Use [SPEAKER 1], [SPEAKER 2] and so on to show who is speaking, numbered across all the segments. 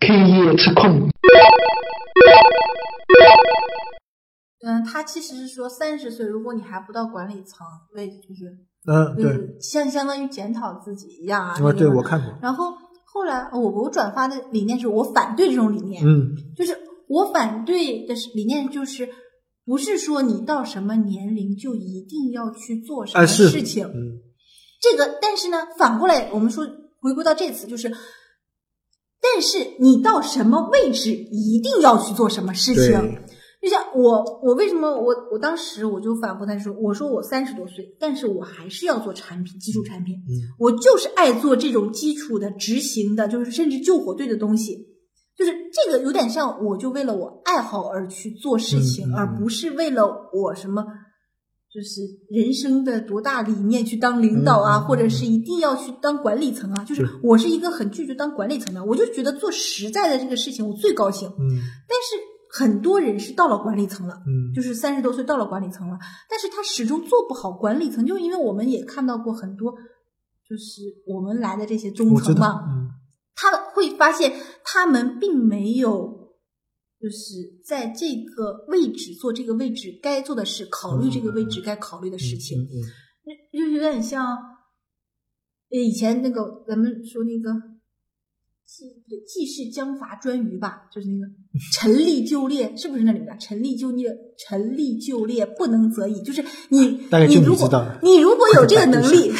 [SPEAKER 1] K 业之控。
[SPEAKER 2] 嗯，他其实是说三十岁，如果你还不到管理层位置，就是
[SPEAKER 3] 嗯，
[SPEAKER 2] 就
[SPEAKER 3] 对，
[SPEAKER 2] 是相相当于检讨自己一样啊。
[SPEAKER 3] 我
[SPEAKER 2] 那
[SPEAKER 3] 对
[SPEAKER 2] 种
[SPEAKER 3] 我看过，
[SPEAKER 2] 然后后来我我转发的理念是我反对这种理念，
[SPEAKER 3] 嗯
[SPEAKER 2] 就是我反对的是理念就是。不是说你到什么年龄就一定要去做什
[SPEAKER 3] 哎
[SPEAKER 2] 么
[SPEAKER 3] 是
[SPEAKER 2] 事情，
[SPEAKER 3] 嗯，
[SPEAKER 2] 这个，但是呢，反过来我们说，回归到这次就是，但是你到什么位置一定要去做什么事
[SPEAKER 3] 对，
[SPEAKER 2] 情。就像我，我为什么我我当时我就反驳他说，我说我三十多岁，但是我还是要做产品，基础产品，
[SPEAKER 3] 嗯
[SPEAKER 2] 我就是爱做这种基础的执行的，就是甚至救火队的东西。就是这个有点像，我就为了我爱好而去做事情，
[SPEAKER 3] 嗯嗯嗯
[SPEAKER 2] 而不是为了我什么，就是人生的多大理念去当领导啊，
[SPEAKER 3] 嗯嗯嗯
[SPEAKER 2] 或者是一定要去当管理层啊。就是
[SPEAKER 3] 是
[SPEAKER 2] 我是一个很拒绝当管理层的，我就觉得做实在的这个事情我最高兴。
[SPEAKER 3] 嗯
[SPEAKER 2] 但是很多人是到了管理层了。
[SPEAKER 3] 嗯，
[SPEAKER 2] 就是三十多岁到了管理层了，但是他始终做不好管理层，就因为我们也看到过很多，就是我们来的这些中
[SPEAKER 3] 我知
[SPEAKER 2] 层
[SPEAKER 3] 道，
[SPEAKER 2] 嘛，
[SPEAKER 3] 嗯
[SPEAKER 2] 他会发现他们并没有，就是在这个位置做这个位置该做的事，考虑这个位置该考虑的事情，
[SPEAKER 3] 嗯嗯
[SPEAKER 2] 那就有点像，呃，以前那个咱们说那个济济世将伐专于吧，就是那 个陈立就列，是不是那里边儿陈立就列，陈立就列不能则已，就是你
[SPEAKER 3] 大概就
[SPEAKER 2] 你
[SPEAKER 3] 你
[SPEAKER 2] 如
[SPEAKER 3] 知道
[SPEAKER 2] 果
[SPEAKER 3] 了
[SPEAKER 2] 你如果有这个能
[SPEAKER 3] 百
[SPEAKER 2] 力，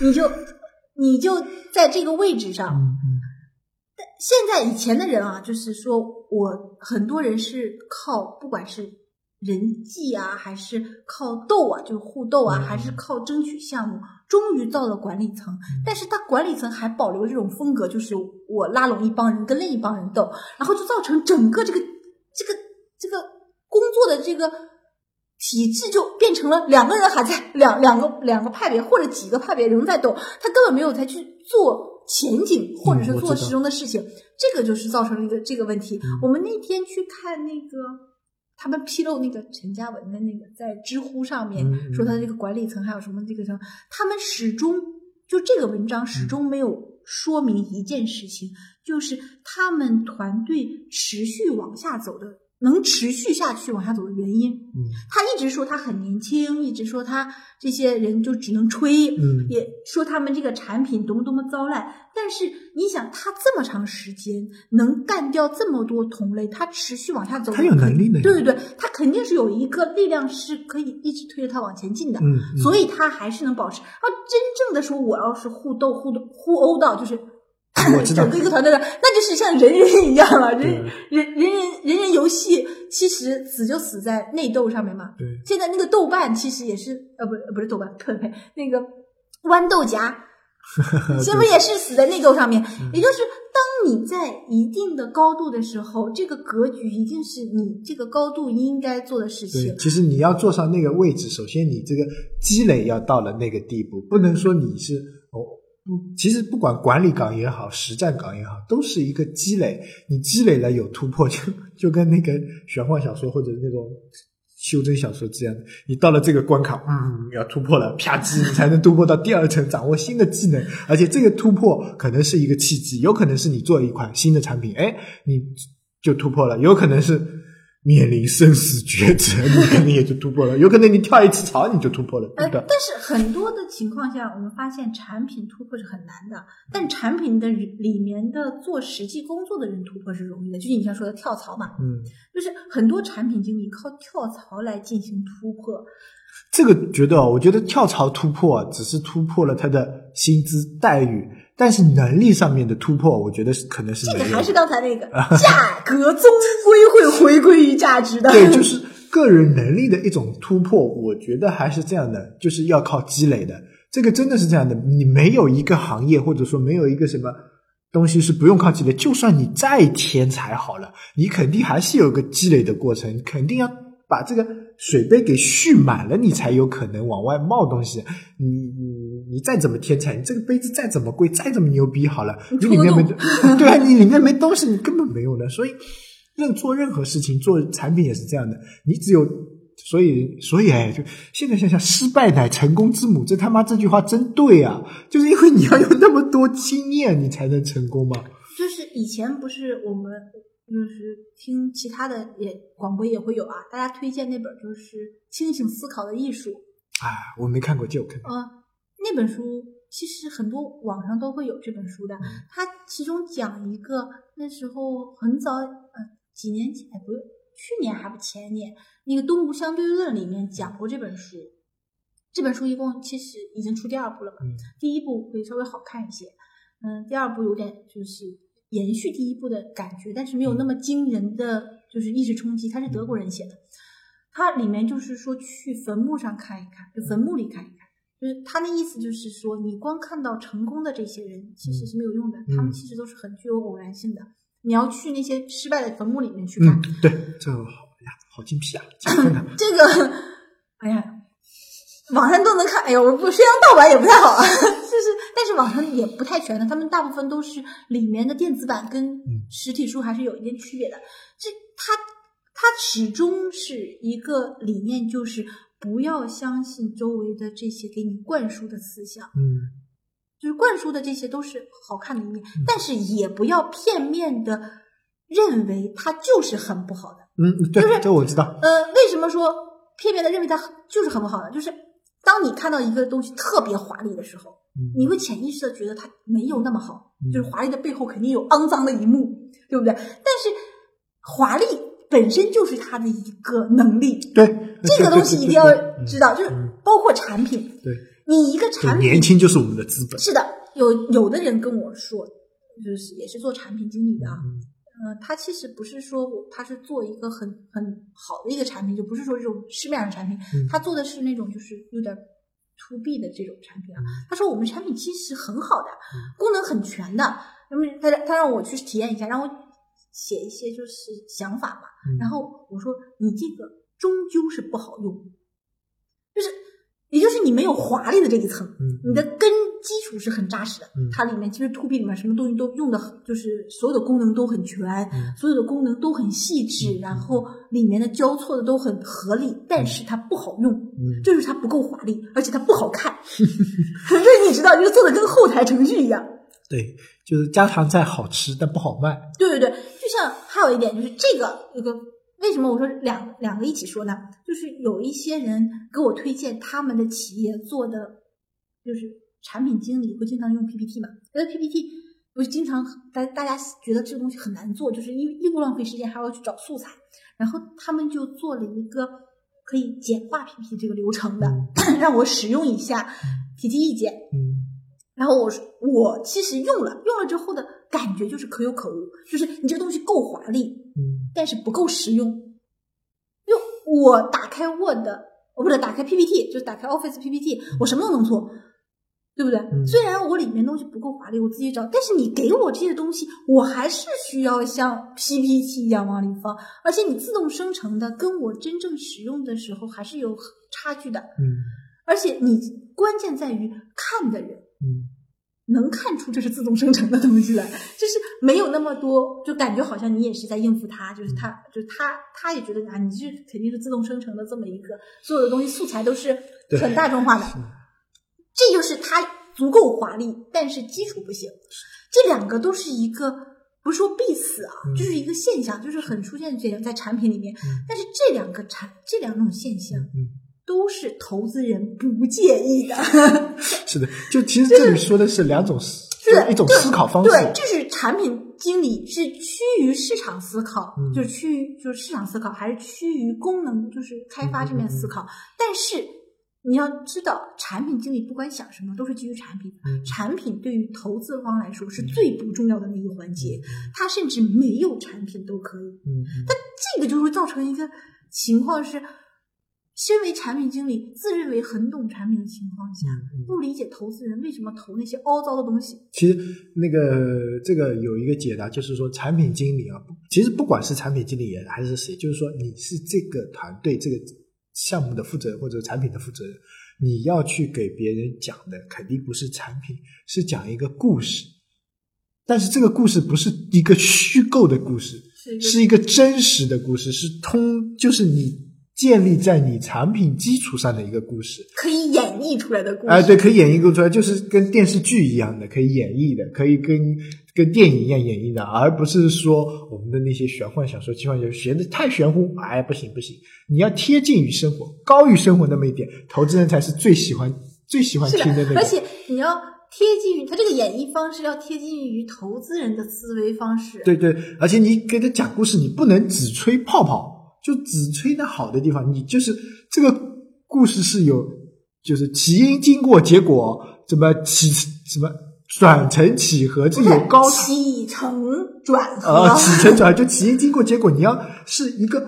[SPEAKER 2] 你就你就在这个位置上，
[SPEAKER 3] 嗯嗯
[SPEAKER 2] 现在以前的人啊，就是说我很多人是靠不管是人际啊，还是靠斗啊，就是互斗啊，
[SPEAKER 3] 嗯
[SPEAKER 2] 还是靠争取项目，终于到了管理层。
[SPEAKER 3] 嗯
[SPEAKER 2] 但是他管理层还保留这种风格，就是我拉拢一帮人跟另一帮人斗，然后就造成整个这个这个这个工作的这个体制就变成了两个人还在 两两个两个派别或者几个派别仍在斗，他根本没有再去做前景或者是
[SPEAKER 3] 嗯我
[SPEAKER 2] 做
[SPEAKER 3] 知道
[SPEAKER 2] 时中的事情，这个就是造成了一个这个问题。
[SPEAKER 3] 嗯
[SPEAKER 2] 我们那天去看那个。他们披露那个陈嘉文的那个在知乎上面
[SPEAKER 3] 嗯嗯
[SPEAKER 2] 说他这个管理层还有什么这个什么，他们始终就这个文章始
[SPEAKER 3] 嗯
[SPEAKER 2] 终没有说明一件事情，就是他们团队持续往下走的，能持续下去往下走的原因。
[SPEAKER 3] 嗯
[SPEAKER 2] 他一直说他很年轻，一直说他这些人就只能吹，
[SPEAKER 3] 嗯
[SPEAKER 2] 也说他们这个产品多么多么糟烂。但是你想，他这么长时间能干掉这么多同类，他持续往下走，
[SPEAKER 3] 他有能力的呀
[SPEAKER 2] 对对对，他肯定是有一个力量是可以一直推着他往前进的。
[SPEAKER 3] 嗯，嗯
[SPEAKER 2] 所以他还是能保持。然后真正的说，我要是互斗、互斗、互殴到，就是
[SPEAKER 3] 啊我知道
[SPEAKER 2] 整个一个团队的，那就是像人人一样了，人
[SPEAKER 3] 对
[SPEAKER 2] 人人人人人游戏，其实死就死在内斗上面嘛。
[SPEAKER 3] 对，
[SPEAKER 2] 现在那个豆瓣其实也是，呃，不，呃不是豆瓣， 呸呸，那个豌豆荚，是不是也是死在内斗上面？也就是当你在一定的高度的时候，这个格局一定是你这个高度应该做的事
[SPEAKER 3] 对，
[SPEAKER 2] 情。
[SPEAKER 3] 其实你要坐上那个位置，首先你这个积累要到了那个地步，不能说你是哦，不，其实不管管理岗也好，实战岗也好，都是一个积累。你积累了有突破，就就跟那个玄幻小说或者那种修真小说这样的，你到了这个关卡，嗯，要突破了，啪叽，你才能突破到第二层，掌握新的技能。而且这个突破可能是一个契机，有可能是你做一款新的产品，哎，你就突破了；有可能是面临生死抉择，你可能也就突破了；有可能你跳一次槽你就突破了，对
[SPEAKER 2] 呃，
[SPEAKER 3] 不对？
[SPEAKER 2] 但是很多的情况下，我们发现产品突破是很难的，但产品的里面的做实际工作的人突破是容易的。就你像说的跳槽嘛，
[SPEAKER 3] 嗯，
[SPEAKER 2] 就是很多产品经理靠跳槽来进行突破。
[SPEAKER 3] 这个觉得，我觉得跳槽突破只是突破了他的薪资待遇，但是能力上面的突破，我觉得是可能是
[SPEAKER 2] 这
[SPEAKER 3] 没
[SPEAKER 2] 个
[SPEAKER 3] 有的。
[SPEAKER 2] 还是刚才 那个价格终归会回归于价值的。
[SPEAKER 3] 对，就是个人能力的一种突破，我觉得还是这样的，就是要靠积累的。这个真的是这样的，你没有一个行业或者说没有一个什么东西是不用靠积累，就算你再天才好了，你肯定还是有个积累的过程，你肯定要把这个水杯给蓄满了，你才有可能往外冒东西。你你你再怎么天才，你这个杯子再怎么贵，再怎么牛逼好了，你里面没对啊，你里面没东 西，你根本没用的。所以，任做任何事情，做产品也是这样的，你只有所以，所以哎，就现在想想，失败乃成功之母，这他妈这句话真对啊！就是因为你要有那么多经验，你才能成功嘛。
[SPEAKER 2] 就是以前不是我们就是听其他的也广播也会有啊，大家推荐那本就是《清醒思考的艺术》
[SPEAKER 3] 哎，我没看过，就看过。
[SPEAKER 2] 呃，那本书其实很多网上都会有这本书
[SPEAKER 3] 嗯
[SPEAKER 2] 的，它其中讲一个那时候很早呃几年前不是去年还不前年那个《东吴相对论》里面讲过这本书。这本书一共其实已经出第二部了嘛，
[SPEAKER 3] 嗯
[SPEAKER 2] 第一部会稍微好看一些，嗯，第二部有点就是延续第一部的感觉，但是没有那么惊人的就是意识冲击。它是德国人写的，它里面就是说去坟墓上看一看，就坟墓里看一看，就是他的意思就是说，你光看到成功的这些人其实是没有用的，他们其实都是很具有偶然性的。你要去那些失败的坟墓里面去看
[SPEAKER 3] 嗯，，对，这好呀，好精辟啊！这个看看
[SPEAKER 2] 这个，哎呀，网上都能看。哎呦，我不宣扬盗版也不太好啊， 就是，但是网上也不太全的，他们大部分都是里面的电子版跟实体书还是有一定区别的。这它它始终是一个理念，就是不要相信周围的这些给你灌输的思想。
[SPEAKER 3] 嗯
[SPEAKER 2] 就是灌输的这些都是好看的一面，但是也不要片面的认为它就是很不好的。
[SPEAKER 3] 嗯，对，这我知道。
[SPEAKER 2] 呃，为什么说片面的认为它就是很不好呢？就是当你看到一个东西特别华丽的时候，
[SPEAKER 3] 嗯
[SPEAKER 2] 你会潜意识的觉得它没有那么好，
[SPEAKER 3] 嗯
[SPEAKER 2] 就是华丽的背后肯定有肮脏的一幕，对不对？但是华丽本身就是它的一个能力，
[SPEAKER 3] 对，
[SPEAKER 2] 这个东西一定要
[SPEAKER 3] 对对对对
[SPEAKER 2] 知道，就是
[SPEAKER 3] 嗯
[SPEAKER 2] 包括产品，
[SPEAKER 3] 对，
[SPEAKER 2] 你一个
[SPEAKER 3] 对
[SPEAKER 2] 产品
[SPEAKER 3] 年轻就是我们的资本。
[SPEAKER 2] 是的，有有的人跟我说，就是也是做产品经理的啊，
[SPEAKER 3] 嗯
[SPEAKER 2] 呃，他其实不是说我，他是做一个很很好的一个产品，就不是说这种市面上的产品，
[SPEAKER 3] 嗯
[SPEAKER 2] 他做的是那种就是有点 to B 的这种产品啊。他说我们产品其实很好的，功能很全的，那么他他让我去体验一下，让我写一些就是想法嘛。
[SPEAKER 3] 嗯
[SPEAKER 2] 然后我说你这个终究是不好用，就是也就是你没有华丽的这一层，
[SPEAKER 3] 嗯
[SPEAKER 2] 你的根基础是很扎实的。
[SPEAKER 3] 嗯
[SPEAKER 2] 它里面其实 to B 里面什么东西都用的，就是所有的功能都很全，
[SPEAKER 3] 嗯
[SPEAKER 2] 所有的功能都很细致，
[SPEAKER 3] 嗯
[SPEAKER 2] 然后里面的交错的都很合理，但是它不好用。
[SPEAKER 3] 嗯
[SPEAKER 2] 这就是它不够华丽，而且它不好看。 这你知道，就是做的跟后台程序一样。
[SPEAKER 3] 对，就是家常菜好吃但不好卖。
[SPEAKER 2] 对对对，就像还有一点就是这个有个为什么我说两两个一起说呢？就是有一些人给我推荐他们的企业做的，就是产品经理会经常用 PPT 嘛，觉得 PPT 不是经常大大家觉得这个东西很难做，就是一一不浪费时间，还要去找素材，然后他们就做了一个可以简化 PPT 这个流程的， 让我使用一下，提提意见。
[SPEAKER 3] 嗯
[SPEAKER 2] 然后我说，我其实用了，用了之后的感觉就是可有可无，就是你这个东西够华丽，
[SPEAKER 3] 嗯
[SPEAKER 2] 但是不够实用。因为我打开 Word，我不是打开 PPT，就是打开 Office PPT，我什么都能做，对不对？
[SPEAKER 3] 嗯
[SPEAKER 2] 虽然我里面东西不够华丽，我自己找，但是你给我这些东西，我还是需要像 PPT 一样往里放，而且你自动生成的跟我真正使用的时候还是有差距的，
[SPEAKER 3] 嗯
[SPEAKER 2] 而且你关键在于看的人。
[SPEAKER 3] 嗯
[SPEAKER 2] 能看出这是自动生成的东西来，就是没有那么多，就感觉好像你也是在应付他，就是他，
[SPEAKER 3] 嗯
[SPEAKER 2] 就是他，他也觉得啊，你是肯定是自动生成的这么一个，所有的东西素材都是
[SPEAKER 3] 对
[SPEAKER 2] 很大众化的
[SPEAKER 3] 是，
[SPEAKER 2] 这就是它足够华丽，但是基础不行。这两个都是一个不是说必死啊，
[SPEAKER 3] 嗯
[SPEAKER 2] 就是一个现象，就是很出现这样在产品里面
[SPEAKER 3] 嗯，
[SPEAKER 2] 但是这两个产这两种现象
[SPEAKER 3] 嗯。
[SPEAKER 2] 都是投资人不介意 的。
[SPEAKER 3] 是的，就其实这里说的是两种思，
[SPEAKER 2] 是
[SPEAKER 3] 一种
[SPEAKER 2] 这
[SPEAKER 3] 思考方式。
[SPEAKER 2] 对，这是产品经理是趋于市场思考，
[SPEAKER 3] 嗯
[SPEAKER 2] 就是趋于就是市场思考，还是趋于功能就是开发这面思
[SPEAKER 3] 嗯
[SPEAKER 2] 考。但是你要知道，产品经理不管想什么，都是基于产品。
[SPEAKER 3] 嗯
[SPEAKER 2] 产品对于投资方来说是最不重要的那一个环节，他甚至没有产品都可以。
[SPEAKER 3] 嗯
[SPEAKER 2] 这个就会造成一个情况是，身为产品经理自认为很懂产品的情况下，
[SPEAKER 3] 嗯
[SPEAKER 2] 不理解投资人为什么投那些凹糟的东西。
[SPEAKER 3] 其实那个这个有一个解答，就是说产品经理啊，其实不管是产品经理也还是谁，就是说你是这个团队这个项目的负责人或者产品的负责人，你要去给别人讲的肯定不是产品，是讲一个故事。但是这个故事不是一个虚构的故事，
[SPEAKER 2] 是一个
[SPEAKER 3] 是一个真实的故事，是通就是你建立在你产品基础上的一个故事。
[SPEAKER 2] 可以演绎出来的故事。
[SPEAKER 3] 哎、对，可以演绎出来，就是跟电视剧一样的，可以演绎的，可以跟跟电影一样演绎的，而不是说我们的那些玄幻小说、奇幻小说写的太玄乎，哎，不行不行，你要贴近于生活，高于生活那么一点，投资人才是最喜欢最喜欢
[SPEAKER 2] 是
[SPEAKER 3] 听的那
[SPEAKER 2] 的，
[SPEAKER 3] 个
[SPEAKER 2] 而。且你要贴近于他这个演绎方式，要贴近于投资人的思维方式。
[SPEAKER 3] 对对，而且你给他讲故事，你不能只吹泡泡，就只吹那好的地方。你就是这个故事是有，就是起因、经过、结果，怎么起，什么转承起合，这有高潮
[SPEAKER 2] 起承转合，
[SPEAKER 3] 啊，起承转合就起因、经过、结果，你要是一个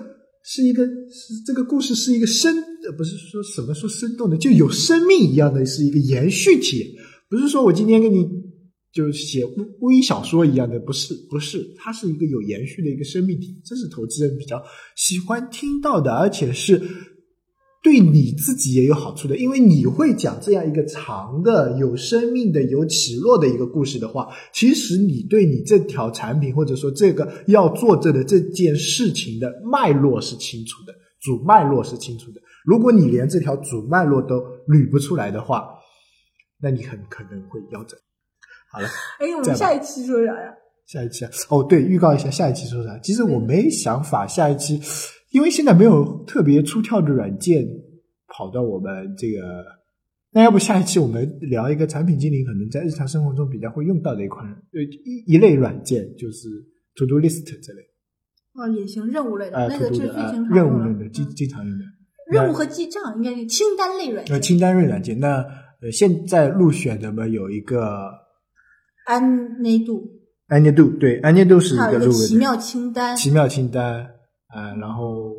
[SPEAKER 3] 是一个是这个故事是一个生，呃不是说什么说生动的，就有生命一样的是一个延续体，不是说我今天给你就写巫巫医小说一样的，不是不是，它是一个有延续的一个生命体，这是投资人比较喜欢听到的，而且是。对你自己也有好处的，因为你会讲这样一个长的、有生命的、有起落的一个故事的话，其实你对你这条产品或者说这个要做这的这件事情的脉络是清楚的，主脉络是清楚的。如果你连这条主脉络都捋不出来的话，那你很可能会夭折。好了，
[SPEAKER 2] 哎，我
[SPEAKER 3] 再
[SPEAKER 2] 们
[SPEAKER 3] 吧
[SPEAKER 2] 下一期说啥呀？
[SPEAKER 3] 下一期啊，哦对，预告一下下一期说啥。其实我没想法下一期，因为现在没有特别出挑的软件跑到我们这个，那要不下一期我们聊一个产品经理可能在日常生活中比较会用到的一款呃一一类软件，就是 To Do List 这类，
[SPEAKER 2] 哦，也行，任务类的，
[SPEAKER 3] 呃
[SPEAKER 2] 那
[SPEAKER 3] To
[SPEAKER 2] 个
[SPEAKER 3] Do
[SPEAKER 2] 是
[SPEAKER 3] 的
[SPEAKER 2] 最
[SPEAKER 3] 呃
[SPEAKER 2] 经常
[SPEAKER 3] 任务
[SPEAKER 2] 用
[SPEAKER 3] 类的经
[SPEAKER 2] 嗯
[SPEAKER 3] 经常用的。
[SPEAKER 2] 任务和记账应该是清单类软
[SPEAKER 3] 呃
[SPEAKER 2] 件。
[SPEAKER 3] 清单类软件，那呃现在入选的嘛有一个
[SPEAKER 2] 安内度，
[SPEAKER 3] Anydo，对 Anydo 是一
[SPEAKER 2] 还有
[SPEAKER 3] 个
[SPEAKER 2] 一
[SPEAKER 3] 入
[SPEAKER 2] 个
[SPEAKER 3] 围的
[SPEAKER 2] 奇妙清单，
[SPEAKER 3] 奇妙清单啊、呃然后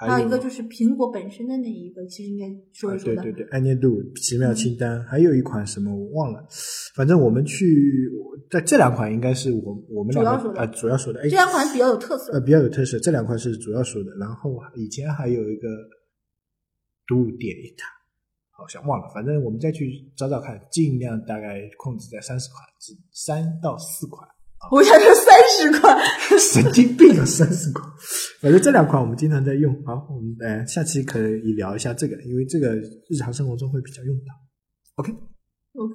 [SPEAKER 3] 啊
[SPEAKER 2] 还有一个就是苹果本身的那一个，其实应该说一说
[SPEAKER 3] 对
[SPEAKER 2] 的。
[SPEAKER 3] 对对，安妮度奇妙清单，还有一款什么我忘了，反正我们去，在这两款应该是我我们两
[SPEAKER 2] 主要说
[SPEAKER 3] 个
[SPEAKER 2] 的
[SPEAKER 3] 啊主要说的，哎
[SPEAKER 2] 这，两款比较有特色
[SPEAKER 3] 呃，比较有特色，这两款是主要说的，然后啊以前还有一个度点一塔，好像忘了，反正我们再去找找看，尽量大概控制在三十款，只三到四款。
[SPEAKER 2] 我想说三十 款，
[SPEAKER 3] 神经病啊，三十款。反正这两款我们经常在用。好，我们呃下期可以聊一下这个，因为这个日常生活中会比较用到。OK。
[SPEAKER 2] OK。